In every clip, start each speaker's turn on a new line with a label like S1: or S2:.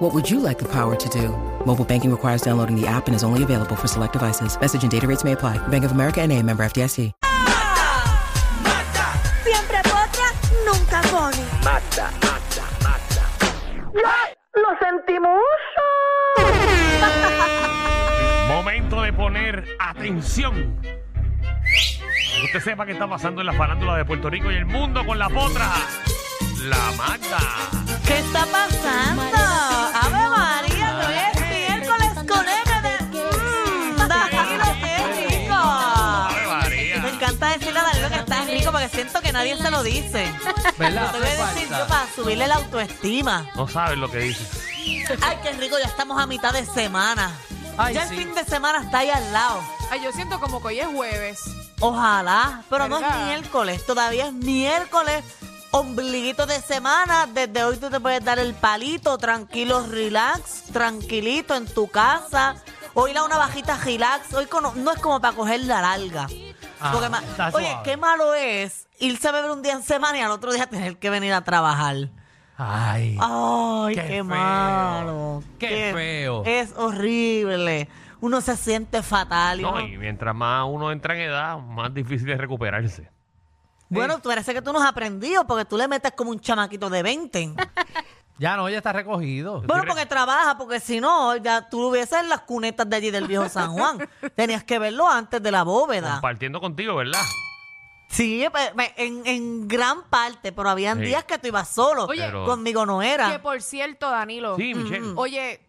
S1: What would you like the power to do? Mobile banking requires downloading the app and is only available for select devices. Message and data rates may apply. Bank of America and a member FDIC.
S2: Siempre potra, nunca pone.
S3: ¡Lo sentimos!
S4: Momento de poner atención. Para que usted sepa qué está pasando en la farándula de Puerto Rico y el mundo con la potra. La Magda.
S2: ¿Qué está pasando? Ave María, que hoy es miércoles con M de... Mm, danilo, qué rico.
S4: Ave María.
S2: Me encanta decirle a Danilo que está rico porque siento que nadie se lo dice. Lo
S5: ¿Verdad?
S2: tengo que decir yo para subirle la autoestima.
S4: No sabes lo que dice.
S2: Ay, qué rico, ya estamos a mitad de semana.
S5: Ay,
S2: ya
S5: sí.
S2: el fin de semana está ahí al lado.
S6: Ay, yo siento como que hoy es jueves.
S2: Ojalá, pero no es
S6: ¿Verdad?
S2: miércoles, todavía es miércoles, ombliguito de semana. Desde hoy tú te puedes dar el palito, tranquilo, relax, tranquilito en tu casa. Hoy la una bajita relax, hoy cono- no es como para coger la larga.
S5: Ah,
S2: Porque ma-
S5: está
S2: oye,
S5: suave.
S2: qué malo es irse a beber un día en semana y al otro día tener que venir a trabajar.
S5: Ay.
S2: Ay, qué,
S5: Qué feo.
S2: malo.
S5: Qué feo.
S2: Es horrible. Uno se siente fatal. y
S4: No,
S2: uno-
S4: y mientras más uno entra en edad, más difícil es recuperarse.
S2: Bueno, tú parece que tú no has aprendido porque tú le metes como un chamaquito de 20.
S5: Ya no, ya está recogido.
S2: bueno, porque trabaja, porque si no, ya tú lo hubieses en las cunetas de allí del viejo San Juan. Tenías que verlo antes de la bóveda.
S4: Compartiendo contigo, ¿verdad?
S2: Sí, pe- pe- en, en gran parte, pero habían
S4: Sí.
S2: días que tú ibas solo.
S6: Oye,
S4: Pero-
S2: Conmigo no
S6: Que
S2: era.
S6: por cierto, Danilo.
S4: Sí, Michelle.
S6: Oye,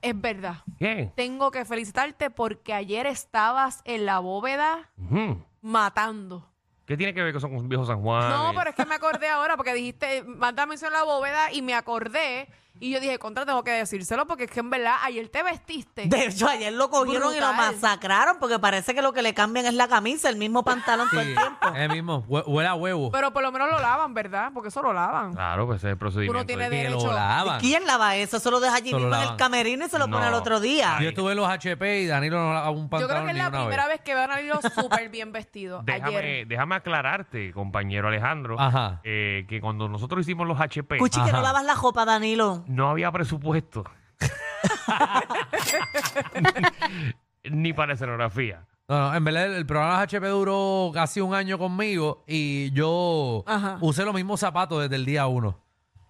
S6: es verdad.
S4: ¿Qué?
S6: Tengo que felicitarte porque ayer estabas en la bóveda
S4: Ujú.
S6: matando.
S4: ¿Qué tiene que ver con un viejo San Juan?
S6: No, pero es que me acordé ahora porque dijiste, Manda mención la bóveda y me acordé. Y yo dije, contra, tengo que decírselo porque es que en verdad ayer te vestiste.
S2: De hecho, ayer lo cogieron y lo
S6: Brutal.
S2: masacraron porque parece que lo que le cambian es la camisa, el mismo pantalón todo el
S5: Sí,
S2: tiempo.
S5: Es mismo. Hue- Huele a huevo.
S6: Pero por lo menos lo lavan, ¿verdad? Porque eso lo lavan.
S4: Claro, pues ese es el procedimiento.
S6: Tú no tienes
S4: ¿eh?
S5: que lo
S6: hecho.
S5: lavan.
S2: ¿Quién lava eso? Eso lo deja allí
S5: Eso lo
S2: mismo en el
S5: lavan.
S2: camerino y se lo pone
S4: No.
S2: al otro día.
S5: Yo estuve en los HP y Danilo no lavaba un
S6: Yo creo
S5: pantalón
S6: que es
S5: ni
S6: la
S5: una
S6: primera
S5: vez.
S6: vez que veo a Danilo súper bien vestido.
S4: Déjame,
S6: ayer.
S4: déjame aclararte, compañero Alejandro,
S5: Ajá.
S4: eh, que cuando nosotros hicimos los HP,
S2: Escucha, ¿y que no
S5: Ajá.
S2: lavas la jopa, Danilo.
S4: no había presupuesto. Ni para escenografía.
S5: No, no, en verdad el, el programa de los HP duró casi un año conmigo y yo
S6: Ajá.
S5: usé los mismos zapatos desde el día uno.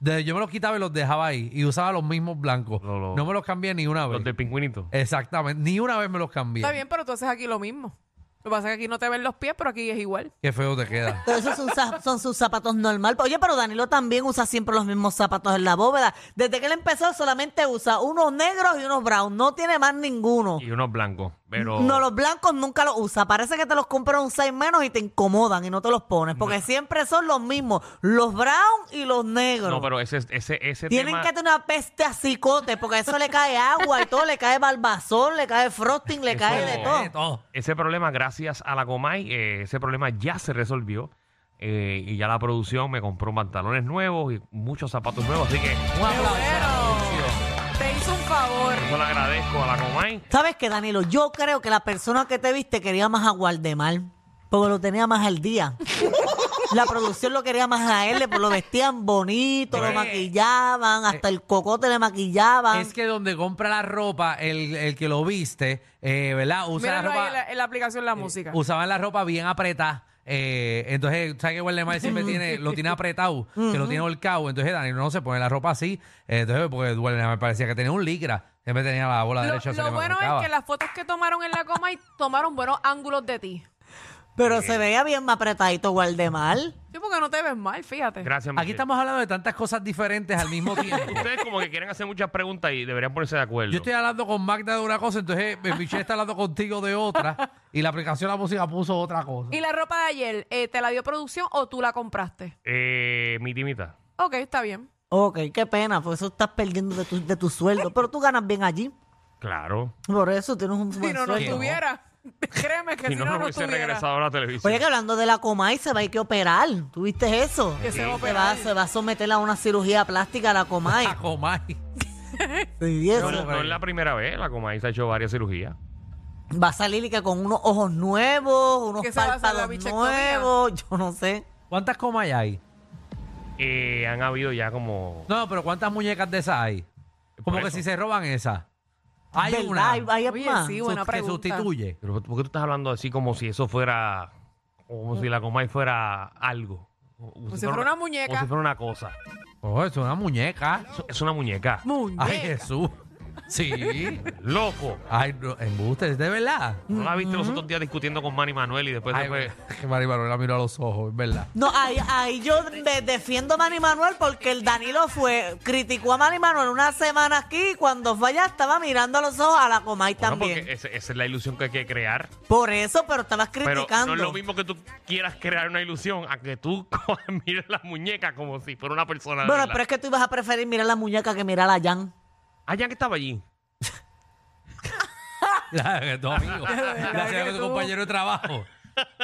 S5: Desde- yo me los quitaba y los dejaba ahí y usaba los mismos blancos.
S4: No, no.
S5: No me los cambié ni una vez.
S4: Los del pingüinito.
S5: Exactamente, ni una vez me los cambié.
S6: Está bien, pero tú haces aquí lo mismo. Lo que pasa es que aquí no te ven los pies, pero aquí es igual.
S5: Qué feo te queda.
S2: Pero esos son, za- son sus zapatos normal. Oye, pero Danilo también usa siempre los mismos zapatos en la bóveda. Desde que él empezó solamente usa unos negros y unos brown. No tiene más ninguno.
S4: Y unos blancos. Pero.
S2: No, los blancos nunca los usa. Parece que te los compran un seis menos y te incomodan y no te los pones. Porque siempre son los mismos. Los brown y los negros.
S4: No, pero ese, ese, ese
S2: Tienen
S4: tema.
S2: que tener una peste a cicote porque eso le cae agua y todo. Le cae barbazón, le cae frosting, le
S4: Eso-
S2: cae de todo.
S5: Eh, todo.
S4: Ese problema, gracias a la Comay, eh, ese problema ya se resolvió. eh, y ya la producción me compró pantalones nuevos y muchos zapatos nuevos. Así que
S5: Un aplauso.
S6: Te hizo un favor.
S4: yo le agradezco a la Comay.
S2: ¿Sabes qué, Danilo? Yo creo que la persona que te viste quería más a Guardemar, porque lo tenía más al día. La producción lo quería más a él, le- lo vestían bonito, lo
S4: Eh.
S6: eh.
S2: maquillaban, hasta el cocote le maquillaban.
S5: Es que donde compra la ropa, el, el que lo viste, eh, ¿verdad? Usa la
S6: Míralo ahí en la,
S5: ropa,
S6: en la aplicación La Música.
S5: usaban la ropa bien apretada. eh, entonces, ¿sabes que Guardemar siempre tiene, lo tiene apretado, que lo tiene holcado? Entonces, Dani no se pone la ropa así. eh, Entonces, porque me parecía que tenía un licra. Siempre tenía la bola
S6: Lo,
S5: derecha. se
S6: lo
S5: le
S6: bueno
S5: marcaba.
S6: es que las fotos que tomaron en la coma y tomaron buenos ángulos de ti. Eh.
S2: Pero se veía bien más apretadito Guardemar.
S6: Yo porque no te ves mal, fíjate.
S4: Gracias,
S5: Aquí
S4: Michelle.
S5: estamos hablando de tantas cosas diferentes al mismo tiempo.
S4: Ustedes como que quieren hacer muchas preguntas y deberían ponerse de acuerdo.
S5: Yo estoy hablando con Magda de una cosa, entonces eh, Michelle está hablando contigo de otra, y la aplicación de la música puso otra cosa.
S6: ¿Y la ropa de ayer, eh, te la dio producción o tú la compraste?
S4: Eh, mi timita.
S6: Ok, está bien.
S2: Ok, qué pena, por eso estás perdiendo de tu, de tu sueldo. Pero tú ganas bien allí.
S4: Claro.
S2: Por eso tienes un
S6: Si
S2: buen
S6: no, no
S2: sueldo.
S6: tuviera. Créeme que
S4: Si
S6: si
S4: no,
S6: no,
S4: no
S6: no
S4: hubiese
S6: estuviera.
S4: regresado a la televisión.
S2: Oye, que hablando de la Comay, se va a ir que operar. ¿Tuviste eso?
S6: Que se va a
S2: va,
S6: operar.
S2: se va a someter a una cirugía plástica la Comay.
S5: A Ah, Comay.
S2: Sí, eso.
S4: no, no, no es la primera vez, la Comay se ha hecho varias cirugías.
S2: Va a salir y que con unos ojos nuevos, unos
S6: ¿Qué se va a hacer, la
S2: párpados
S6: bichectomía?
S2: nuevos, yo no sé.
S5: ¿Cuántas Comay hay?
S4: Eh, han habido ya como...
S5: No, pero ¿cuántas muñecas de esas hay? Como
S4: Por
S5: que
S4: eso.
S5: si se roban esas. Hay
S2: ¿Verdad?
S5: una
S2: Hay- hay
S6: Oye,
S2: más.
S6: sí, buena
S5: sust- que
S6: pregunta.
S5: sustituye.
S4: Pero, ¿Por qué tú estás hablando así como si eso fuera... Como si la Comay fuera algo? Como,
S6: si fuera una muñeca.
S4: Como si fuera una cosa.
S5: Oh, es una muñeca.
S4: Eso- Es una muñeca.
S6: Muñeca.
S5: Ay, Jesús. Sí.
S4: ¡Loco!
S5: Ay, no, embuste, es de verdad.
S4: ¿No la viste los otros días discutiendo con Manny Manuel y después Pues se
S5: Ay,
S4: fue-
S5: que Mari Manuela miró a los ojos, es verdad.
S2: No, ahí, ahí yo de- defiendo a Manny Manuel porque el Danilo fue, criticó a Manny Manuel una semana aquí y cuando fue allá estaba mirando a los ojos a la Comay
S4: Bueno,
S2: también.
S4: porque ese- esa es la ilusión que hay que crear.
S2: Por eso, pero estabas
S4: Pero
S2: criticando.
S4: no es lo mismo que tú quieras crear una ilusión a que tú cojas- mires la muñeca como si fuera una persona. de
S2: Bueno,
S4: verdad.
S2: pero es que tú ibas a preferir mirar la muñeca que mirar a la Jan.
S4: Ah, ya que estaba allí.
S5: Gracias que tu amigo. Gracias que
S6: que
S5: tu
S6: tú.
S5: compañero de trabajo.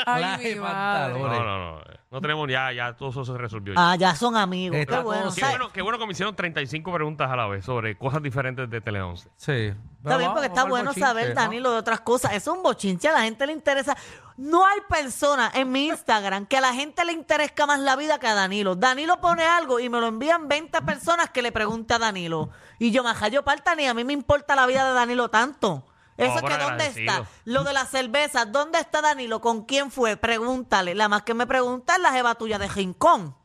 S6: Ay,
S5: Las
S6: mi madre.
S4: No,
S5: pantalones.
S4: no, no. eh. No tenemos ya, ya todo eso se resolvió. ya.
S2: Ah, ya son amigos.
S5: Está
S2: Qué bueno.
S5: todo
S4: Qué
S2: ¿sabes?
S4: bueno, qué bueno que me hicieron 35 preguntas a la vez sobre cosas diferentes de Tele 11.
S5: Sí.
S2: Está bien, porque está bueno saber,
S5: Ah,
S2: Danilo, de otras cosas. Es un bochinche, a la gente le interesa. No hay persona en mi Instagram que a la gente le interesa más la vida que a Danilo. Danilo pone algo y me lo envían 20 personas que le pregunta a Danilo. Y yo, maja, yo parta ni a mí me importa la vida de Danilo tanto. Eso es
S4: Vamos
S2: que
S4: por
S2: dónde
S4: agradecido.
S2: está. Lo de la cerveza, ¿dónde está Danilo? ¿Con quién fue? Pregúntale. La más que me pregunta es la jeva tuya de Rincón.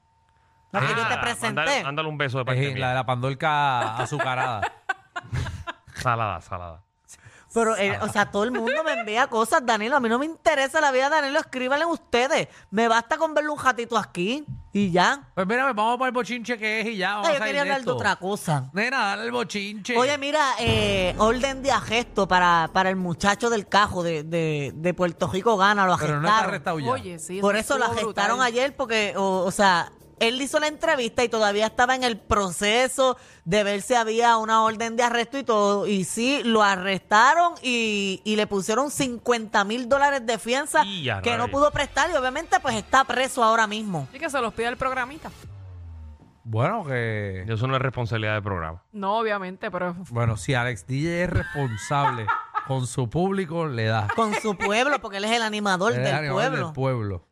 S2: La que yo te presenté.
S4: Ah, Mándale, mándale un beso de parte
S5: la de
S4: mía.
S5: la pandorca azucarada.
S4: Salada, salada.
S2: Pero, eh, o sea, todo el mundo me envía cosas, Danilo. A mí no me interesa la vida de Danilo. Escríbanle ustedes. Me basta con verlo un ratito aquí y ya.
S5: Pues mira, vamos para el bochinche que es y ya. Vamos
S2: Ay,
S5: a
S2: yo
S5: salir
S2: quería hablar de
S5: esto.
S2: otra cosa.
S5: Nena, dale el bochinche.
S2: Oye, mira, eh, orden de agesto para, para el muchacho del cajo de, de, de Puerto Rico gana. Lo
S5: pero no está
S2: agestaron.
S5: arrestado ya.
S6: Oye, sí.
S2: Por eso lo
S6: estuvo
S2: agestaron
S6: brutal.
S2: ayer porque, o, o sea, él hizo la entrevista y todavía estaba en el proceso de ver si había una orden de arresto y todo. Y sí, lo arrestaron y, y le pusieron 50 mil dólares de fianza
S4: Y a
S2: que no
S4: rayos.
S2: pudo prestar y obviamente pues está preso ahora mismo.
S6: Así que se los pide el programita.
S5: Bueno, que.
S4: Yo eso no es responsabilidad del programa.
S6: No, obviamente, pero
S5: Bueno, si Alex DJ es responsable con su público, le da.
S2: Con su pueblo, porque él es el animador
S5: Él es
S2: del
S5: animador
S2: pueblo.
S5: del pueblo.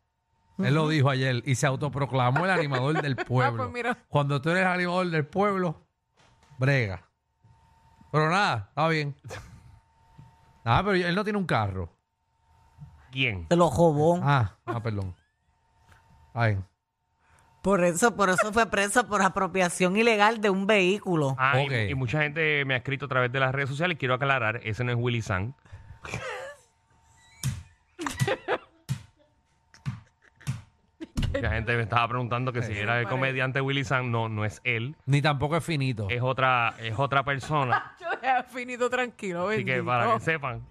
S5: Él lo dijo ayer y se autoproclamó el animador del pueblo.
S6: pues mira.
S5: Cuando tú eres animador del pueblo, brega. Pero nada, está bien. Ah, pero él no tiene un carro.
S4: ¿Quién?
S2: Se lo robó.
S5: Ah, ah perdón. Está bien.
S2: Por eso, por eso fue preso por apropiación ilegal de un vehículo.
S4: Ah, y-
S5: Ok.
S4: y, mucha gente me ha escrito a través de las redes sociales. Quiero aclarar, ese no es Willy San. mucha gente me estaba preguntando que si era el comediante Willy San. No, no es él.
S5: Ni tampoco es finito.
S4: Es otra, es otra persona.
S6: yo he finito tranquilo.
S4: Así que
S6: bendito.
S4: para que sepan,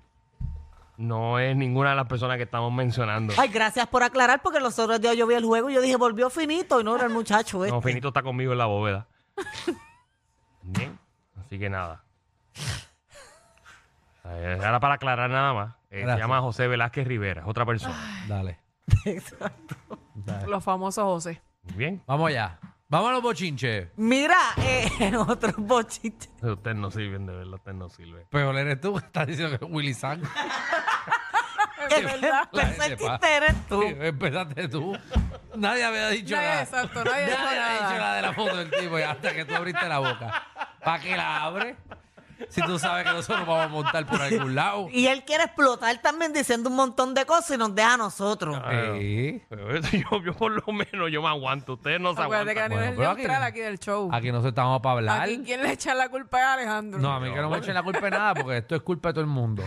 S4: no es ninguna de las personas que estamos mencionando.
S2: Ay, gracias por aclarar, porque los otros días yo vi el juego y yo dije, volvió finito y no era el muchacho.
S6: pues.
S2: Este.
S4: No, Finito está conmigo en la bóveda. Bien. Así que nada. Eh, Ahora para aclarar nada más. eh, se
S5: Gracias.
S4: llama José Velázquez Rivera, es otra persona.
S5: Dale.
S6: Los famosos José.
S4: Bien.
S5: Vamos allá. Vamos a los bochinches.
S2: Mira, eh, otro bochito.
S4: Ustedes no sirven, de verdad, ustedes no sirven.
S5: Peor eres tú que estás diciendo que es Willy Sang.
S2: Es verdad.
S5: La gente
S2: Pensé que
S5: pasa.
S2: este eres tú.
S5: Empezaste tú. Nadie había dicho
S6: Nadie,
S5: nada.
S6: exacto, nadie dijo
S5: había
S6: nada.
S5: dicho nada de la foto del tipo y hasta que tú abriste la boca. ¿Para qué la abres? Si tú sabes que nosotros vamos a montar por algún lado.
S2: Y él quiere explotar también diciendo un montón de cosas y nos deja a nosotros.
S4: Ah,
S5: Sí.
S4: Pero eso yo, yo por lo menos yo me aguanto. Ustedes no se
S6: Acuérdate que
S4: aguantan.
S6: Daniel
S5: Bueno,
S6: es
S5: pero
S6: el
S5: aquí-
S6: neutral aquí del show.
S5: Aquí nosotros estamos para hablar.
S6: Aquí quien le echa la culpa es a Alejandro.
S5: No, a mí que no me echen la culpa de nada porque esto es culpa de todo el mundo.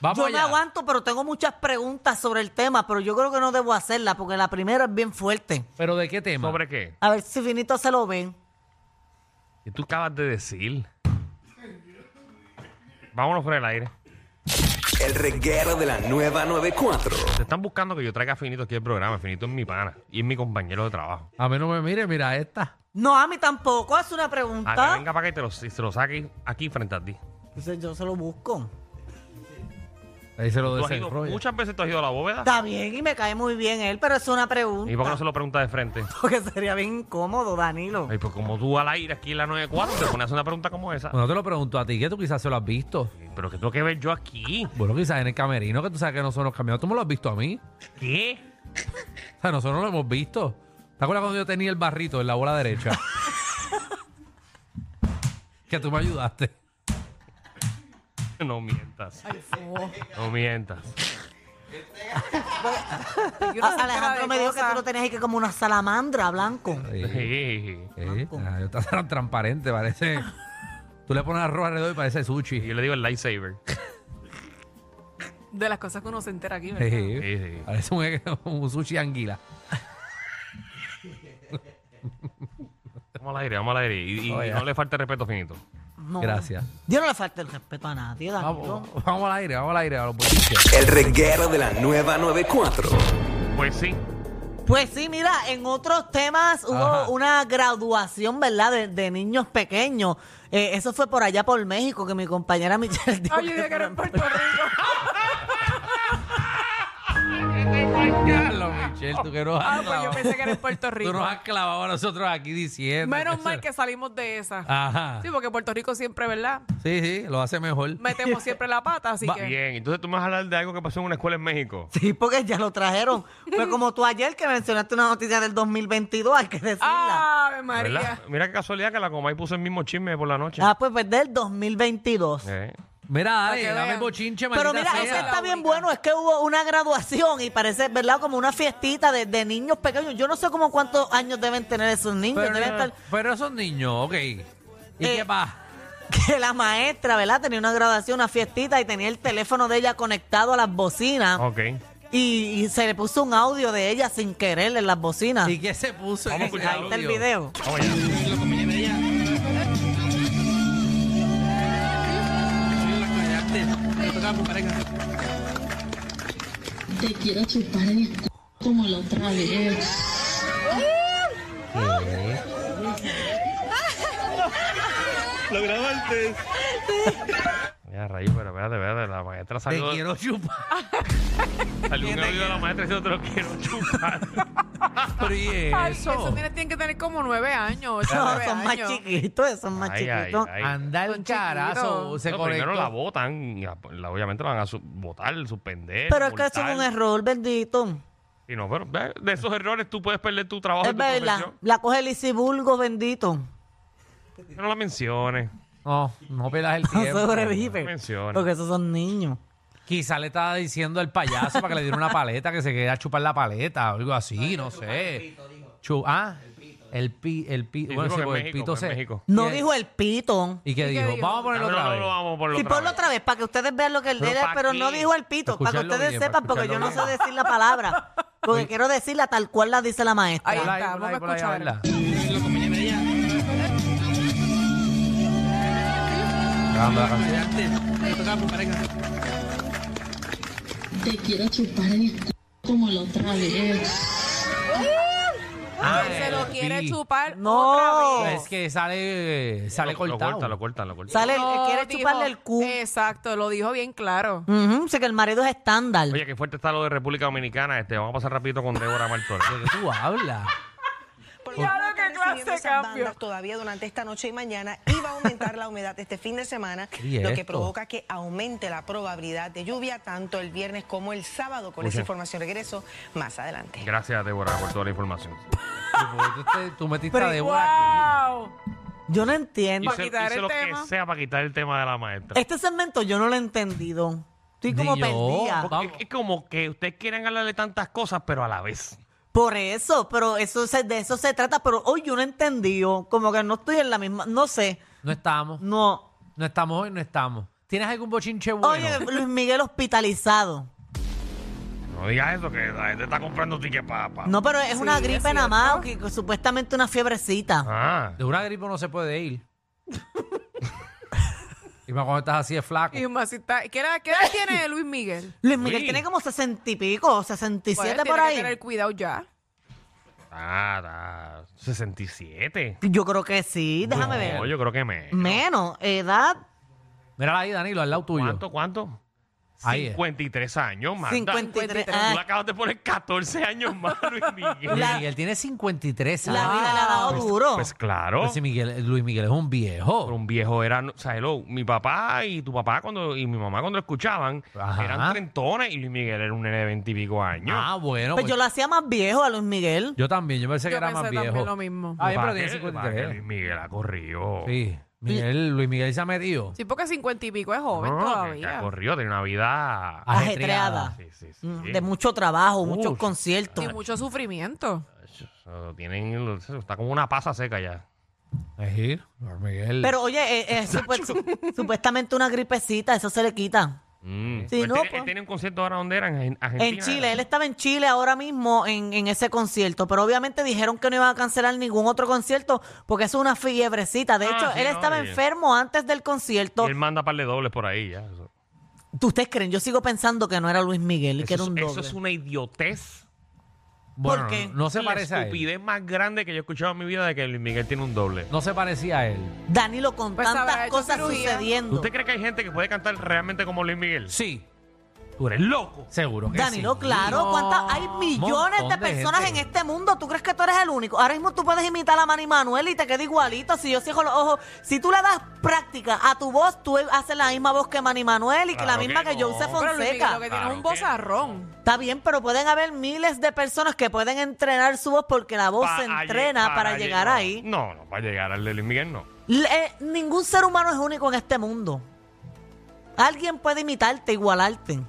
S5: Vamos
S2: Yo me
S5: allá.
S2: aguanto, pero tengo muchas preguntas sobre el tema, pero yo creo que no debo hacerla porque la primera es bien fuerte.
S5: ¿Pero de qué tema?
S4: ¿Sobre qué?
S2: A ver si Finito se lo ven.
S4: ¿Qué tú acabas de decir? Vámonos por el aire.
S7: El reguero de la nueva 94.
S4: Te están buscando que yo traiga a Finito aquí el programa. Finito es mi pana y es mi compañero de trabajo.
S5: A mí no me mire, mira esta.
S2: No, a mí tampoco. Haz una
S4: A que
S2: pregunta.
S4: venga para que te lo, se lo saque aquí frente a ti.
S2: Entonces yo se lo busco.
S5: Ahí se lo
S4: Tú has ido,
S5: desenrolla.
S4: muchas veces tú has ido a la bóveda.
S2: Está bien y me cae muy bien él, pero es una pregunta.
S4: ¿Y por qué no se lo preguntas de frente?
S2: Porque sería bien incómodo, Danilo.
S4: Ay, pues como tú al aire aquí en la 94 te pones a hacer una pregunta como esa.
S5: Bueno, te lo pregunto a ti, que tú quizás se lo has visto.
S4: Pero que tengo que ver yo aquí.
S5: Bueno, quizás en el camerino, que tú sabes que no son los camiones. Tú me lo has visto a mí.
S4: ¿Qué?
S5: O sea, nosotros lo hemos visto. ¿Te acuerdas cuando yo tenía el barrito en la bola derecha? que tú me ayudaste.
S4: No mientas. No mientas.
S6: Yo no sé
S2: A- Alejandro
S6: de
S2: me dijo que
S6: cosas.
S2: tú lo tenías ahí que como una salamandra blanco.
S4: Eh, Sí.
S5: Sí, ah, yo estaba tan transparente, parece. Tú le pones arroz alrededor y parece
S4: Y
S5: sushi.
S4: yo le digo el lightsaber.
S6: De las cosas que uno se entera aquí, ¿verdad?
S5: Sí,
S4: Sí, sí.
S5: Parece un, un sushi anguila.
S4: Vamos al aire, vamos al aire. Y, y
S5: Oye.
S4: no le falta respeto finito.
S2: No.
S5: Gracias. Ah,
S2: Yo no le falta el respeto a nadie, Danilo.
S5: Vamos, vamos al aire, vamos al aire a los boliches.
S7: El reguero de la nueva 94.
S4: Pues sí.
S2: Pues sí, mira, en otros temas hubo
S5: Ajá.
S2: una graduación, ¿verdad? De, de niños pequeños. Eh, eso fue por allá por México que mi compañera Michelle dijo
S6: Ay, yo dije
S2: que
S6: que era
S2: fue-
S6: en Puerto Rico.
S5: Carlos Michel, tú que nos has
S6: Ah, pues yo
S5: clavado.
S6: pensé que era en Puerto
S5: Tú
S6: Rico.
S5: nos has clavado a nosotros aquí diciendo.
S6: Menos mal que salimos de
S5: Ah.
S6: esa.
S5: Ajá.
S6: Sí, porque Puerto Rico siempre, ¿verdad?
S5: Sí, sí, lo hace mejor.
S6: Metemos siempre la pata, así
S5: Va
S6: que.
S4: Bien. Entonces tú me vas a hablar de algo que pasó en una escuela en México.
S2: Sí, porque ya lo trajeron. Fue como tú ayer que mencionaste una noticia del 2022, hay que decirla. Ah,
S6: ¡Ave María!
S4: ¿Verdad? Mira qué casualidad que la Comay puso el mismo chisme por la noche.
S2: pues pues del 2022.
S4: Eh.
S5: Mira,
S6: Para
S5: dale,
S6: que
S5: dame
S6: vean.
S5: el bochinche,
S2: Pero mira,
S5: maldita sea.
S2: eso
S6: ese
S2: está bien
S6: única.
S2: bueno, es que hubo una graduación y parece, ¿verdad? Como una fiestita de, de niños pequeños. Yo no sé como cuántos años deben tener esos niños.
S5: Pero,
S2: deben estar-
S5: pero esos niños, ok. ¿Y
S2: Eh,
S5: qué pasa?
S2: que la maestra, ¿verdad? Tenía una graduación, una fiestita y tenía el teléfono de ella conectado a las bocinas
S4: Ok.
S2: y, y se le puso un audio de ella sin querer en las bocinas.
S5: ¿Y qué se puso? en
S4: Vamos a
S5: ese
S4: escuchar
S2: ah. Ahí está el
S5: audio?
S2: video.
S4: Vamos allá.
S8: Te quiero chupar en el c- como la otra vez.
S4: Mira, rayo, pero espérate, espérate. La maestra
S5: Te
S4: salió.
S5: quiero chupar.
S4: Salió un audio de la maestra diciendo te lo quiero chupar.
S5: Pero y
S6: Ay,
S5: eso.
S6: eso tiene- tienen que tener como nueve años, ocho,
S2: No,
S6: nueve
S2: son más
S6: años.
S2: chiquitos, son más
S4: Ay, ay,
S2: chiquitos.
S4: ay.
S5: Anda el
S6: Son
S5: carazo.
S6: chiquitos.
S5: Se
S4: No, primero la
S5: conectó.
S4: votan, y la- la- obviamente la van a su- votar, suspender.
S2: Pero es que eso
S4: multar.
S2: es un error, bendito.
S4: Y no, pero eh, de esos errores tú puedes perder tu trabajo. y
S2: Es
S4: tu
S2: verdad.
S4: profesión.
S2: La coge Lizzy Burgos, bendito.
S4: No la menciones.
S5: No, no pelas el
S2: No
S5: tiempo.
S2: sobrevive.
S4: Menciona.
S2: Porque esos son niños.
S5: Quizá le estaba diciendo al payaso para que le diera una paleta, que se quede a chupar la paleta o algo así, no, sé. Chu- ah, el pi, el pi,
S4: Sí,
S5: bueno,
S4: sí,
S5: sí,
S4: porque
S5: pues,
S4: en
S5: el
S4: México,
S5: pito
S4: porque en
S5: se.
S4: México.
S2: No
S5: y-
S2: dijo el pito.
S5: ¿Y qué
S6: ¿Y qué
S5: dijo?
S6: dijo?
S5: Vamos a ponerlo
S4: Ah, no,
S5: otra
S4: no,
S5: vez.
S4: no, vamos por lo
S2: Sí, ponlo otra vez para que ustedes vean lo que él
S4: Pero
S2: era,
S4: ¿pa'
S2: pero no
S4: qué?
S2: dijo el pito,
S5: Para
S2: para que
S5: escucharlo
S2: ustedes
S5: bien, para
S2: sepan, porque yo no sé
S5: escucharlo bien.
S2: decir la palabra. Porque quiero decirla tal cual la dice la maestra.
S6: Ahí
S5: Ponla
S6: está,
S5: ponla
S6: vamos a
S5: ponla ahí,
S6: escucharla.
S5: verla. Caramba, la canción.
S8: Te quiero chupar en el c- como la otra vez.
S5: Ah,
S6: Que se lo
S5: el
S6: quiere
S5: pi.
S6: chupar
S2: No.
S6: otra vez.
S5: Es que sale, sale
S4: lo, Lo
S5: cortado.
S4: cortan, lo cortan, lo cortan.
S5: Pues,
S2: Sale, el-
S6: No,
S2: quiere
S6: dijo- eh,
S2: chuparle el cu.
S6: Exacto, lo dijo bien claro.
S2: Ujú, sí, que el marido es estándar.
S4: Oye, qué fuerte está lo de República Dominicana. Este, vamos a pasar rapidito con Débora Martínez.
S5: ¿De qué tú hablas?
S9: Porque
S6: Claro,
S9: van a
S6: qué
S9: estar
S6: clase
S9: recibiendo
S6: de
S9: esas
S6: cambio.
S9: bandas todavía durante esta noche y mañana y va a aumentar la humedad este fin de semana,
S5: ¿Y
S9: lo
S5: esto?
S9: que provoca que aumente la probabilidad de lluvia tanto el viernes como el sábado. Con esa
S4: Oye.
S9: información regreso más adelante.
S4: Gracias, Débora, por toda la información.
S5: Tú, te- tú metiste
S2: Pero
S5: a Débora aquí.
S6: ¡Wow!
S2: Yo no entiendo.
S4: Hice,
S6: quitar
S4: hice
S6: el
S4: lo que
S6: tema.
S4: sea para quitar el tema de la maestra.
S2: Este segmento yo no lo he entendido. Estoy como
S5: Ni yo.
S2: perdida.
S5: Porque-
S4: Es, es como que ustedes quieren hablarle tantas cosas, pero a la vez.
S2: Por eso, pero eso se- de eso se trata. Pero hoy yo no entendí. yo Como que no estoy en la misma. No sé.
S5: No estamos.
S2: No.
S5: No estamos hoy, no estamos. ¿Tienes algún bochinche bueno?
S2: Oye, Luis Miguel hospitalizado.
S4: No digas eso, que la gente está comprando tickets para...
S2: No, pero es una gripe nada más. que- que supuestamente una fiebrecita.
S4: Ah,
S5: De una gripe no se puede ir. y más cuando estás así de flaco.
S6: Y más si está- ¿Qué edad, qué edad tiene Luis Miguel?
S2: Luis Miguel
S4: Sí.
S2: tiene como sesenta y pico, sesenta y
S6: Pues él
S2: siete
S6: tiene
S2: por
S6: que
S2: ahí.
S6: tener cuidado ya.
S4: ah, ah, 67.
S2: Yo creo que sí, déjame
S4: No,
S2: ver.
S4: yo creo que me...
S2: Menos, edad
S5: Mírala ahí, Danilo, al lado tuyo.
S4: ¿Cuánto, cuánto?
S5: Ahí es.
S4: 53 años, Magda.
S2: 53.
S4: Tú
S2: Ah.
S4: le acabas de poner 14 años más, Luis Miguel.
S5: Luis
S2: La-
S5: Miguel tiene 53
S2: La
S5: años.
S2: vida le ha dado duro.
S4: Pues claro.
S5: Pero si Miguel- Luis Miguel es un viejo.
S4: Pero un viejo era, o sea, hello, mi papá y tu papá cuando y mi mamá cuando lo escuchaban
S5: Ajá.
S4: eran trentones y Luis Miguel era un nene de veintipico años.
S5: Ah, bueno.
S2: Pues
S5: pues
S2: yo lo hacía más viejo a Luis Miguel.
S5: yo también, yo pensé que
S6: Yo
S5: era más
S6: pensé también
S5: viejo.
S6: lo mismo.
S5: Ah, bien,
S4: ¿Para
S5: pero tiene
S4: qué? ¿Para qué
S5: 53.
S4: Luis Miguel ha corrido.
S5: Sí. Miguel, Luis Miguel se ha metido.
S6: Sí, porque cincuenta y pico es
S4: No,
S6: joven
S4: que- que ha
S6: todavía.
S4: corrido, tiene una vida
S2: Ajetreada.
S4: sí, sí, sí.
S2: Ah, Mm, De mucho trabajo, muchos
S5: Uf.
S2: conciertos.
S6: Y mucho sufrimiento.
S4: Eso, tienen, lo- eso está como una pasa seca ya.
S5: Sí, Luis Miguel.
S2: Pero oye, eh, eh, supu- su- supuestamente una gripecita, eso se le quita.
S4: Mm.
S2: Sí,
S4: él,
S2: no,
S4: tiene, él
S2: pues.
S4: tiene un concierto ahora donde era en Argentina.
S2: En Chile, él estaba en Chile ahora mismo en, en ese concierto, pero obviamente dijeron que no iban a cancelar ningún otro concierto porque eso es una fiebrecita. De
S4: Ah,
S2: hecho,
S4: sí,
S2: él
S4: no,
S2: estaba
S4: y-
S2: enfermo antes del concierto.
S4: Y él manda par de dobles por ahí ya. Eso,
S2: ¿Tú ustedes creen? Yo sigo pensando que no era Luis Miguel y que era
S4: Eso es-
S2: un
S4: eso
S2: doble.
S4: es una idiotez.
S5: bueno,
S2: ¿por qué?
S5: no, no se
S4: Es la
S5: parece a él.
S4: estupidez más grande que yo he escuchado en mi vida de que Luis Miguel tiene un doble.
S5: No se parecía a él.
S2: Danilo, con
S6: Pues habrá
S2: tantas
S6: hecho
S2: cosas
S6: cirugía.
S2: sucediendo.
S4: ¿Usted cree que hay gente que puede cantar realmente como Luis Miguel?
S5: Sí,
S4: Tú eres loco.
S5: seguro que
S2: Danilo,
S5: sí.
S2: claro, ¿cuántas? Hay millones
S5: Montón
S2: de
S5: de
S2: personas en
S5: gente.
S2: este mundo. ¿Tú crees que tú eres el único? Ahora mismo tú puedes imitar a Manny Manuel y te queda igualito. Si yo cierro los ojos, si tú le das práctica a tu voz, tú haces la misma voz que Manny Manuel y que la
S4: Claro
S2: misma
S4: que
S2: que,
S4: no.
S2: Joseph
S6: Pero Luis Miguel
S2: Fonseca.
S6: lo que tiene
S4: Claro
S6: es un
S4: que no.
S6: bozarrón.
S2: Está bien, pero pueden haber miles de personas que pueden entrenar su voz porque la voz se
S4: Pa-
S2: entrena
S4: allí-
S2: para
S4: allí-
S2: llegar
S4: no.
S2: ahí.
S4: No, no, para llegar al de Luis Miguel no.
S2: Le- eh, ningún ser humano es único en este mundo. Alguien puede imitarte, igualarte.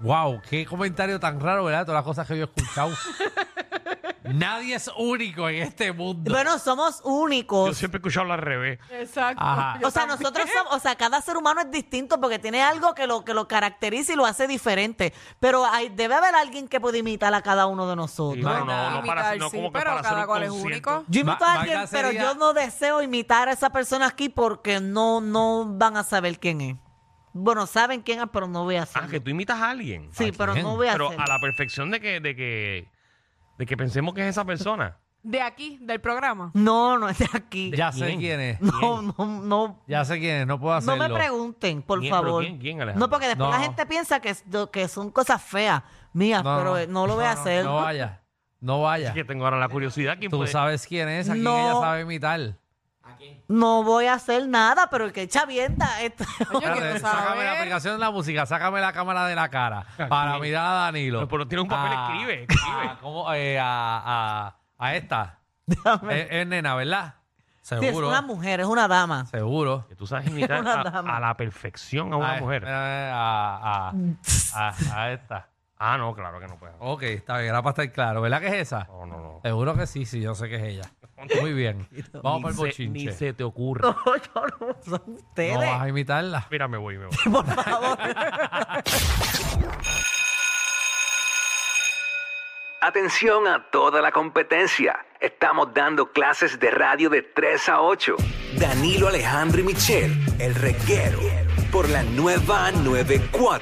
S5: Wow, qué comentario tan raro, ¿verdad? Todas las cosas que yo he escuchado. Nadie es único en este mundo.
S2: Bueno, somos únicos.
S4: Yo siempre he escuchado al revés.
S6: Exacto.
S5: Ajá.
S2: O sea, nosotros somos, o sea, cada ser humano es distinto porque tiene algo que lo que lo caracteriza y lo hace diferente. Pero hay, debe haber alguien que puede imitar a cada uno de nosotros.
S4: Y no, no,
S6: nada.
S4: no, para, no
S6: Imitar, sí,
S4: como que
S6: pero
S4: para hacer
S6: cada
S4: un
S6: cual es
S4: concierto.
S6: único.
S2: Yo imito
S5: Ma-
S2: a alguien,
S5: Magda
S2: pero
S5: sería-
S2: yo no deseo imitar a esa persona aquí porque no, no van a saber quién es. Bueno, saben quién es, pero no voy a
S4: Ah, que
S2: hacerlo.
S4: tú imitas a alguien.
S2: Sí,
S5: ¿a
S2: pero
S5: quién?
S2: no voy a
S4: Pero
S2: hacerlo.
S4: a la perfección de que, de que, de que pensemos que es esa persona.
S6: De aquí, del programa.
S2: No, no es de aquí.
S5: ya sé
S4: ¿Quién?
S5: quién es.
S2: No, no, no.
S5: Ya sé quién es, no puedo
S2: No
S5: hacerlo.
S2: me pregunten, por
S4: ¿Quién? ¿Pero
S2: favor.
S4: quién? ¿Quién, Alejandro?
S2: no, porque después
S5: No.
S2: la gente piensa que, es- que son cosas feas mías,
S5: No,
S2: pero eh, no, lo voy a hacer.
S5: No vaya, no
S4: Así
S5: vaya.
S4: que tengo ahora la curiosidad. ¿Quién
S5: Tú
S4: puede?
S5: sabes quién es, a quién
S2: No.
S5: ella sabe imitar.
S2: No voy a hacer nada, pero el que echa vienta. esto-
S6: Yo quiero
S5: Espérate, sácame la
S6: saber.
S5: aplicación de la música, sácame la cámara de la cara para
S4: quién?
S5: mirar a Danilo.
S4: Pero- pero tiene un papel,
S5: A-
S4: escribe, escribe.
S5: A, ¿cómo? Eh, a, a- a esta. Es, es nena, ¿verdad?
S2: Sí, es
S5: Seguro.
S2: una mujer, es una dama.
S5: Seguro.
S4: Que tú sabes imitar
S2: Una
S4: a,
S2: dama.
S4: a la perfección a una
S5: Ah,
S4: mujer.
S5: eh, A, a- a- a esta.
S4: Ah, no, claro que no puede.
S5: Ok, está bien, era para estar claro. ¿Verdad que es esa?
S4: No, no, no.
S5: Seguro que sí, sí, yo sé que es ella. Muy bien. Vamos
S4: Ni
S5: por el
S4: se- Ni
S5: bochinche.
S4: se te ocurre.
S2: Son
S5: No vas
S2: ustedes.
S5: a imitarla.
S4: Mira, me voy, me voy.
S2: Por favor.
S7: Atención a toda la competencia. Estamos dando clases de radio de 3 a 8. Danilo Alejandro y Michel, el reguero, por la nueva 94.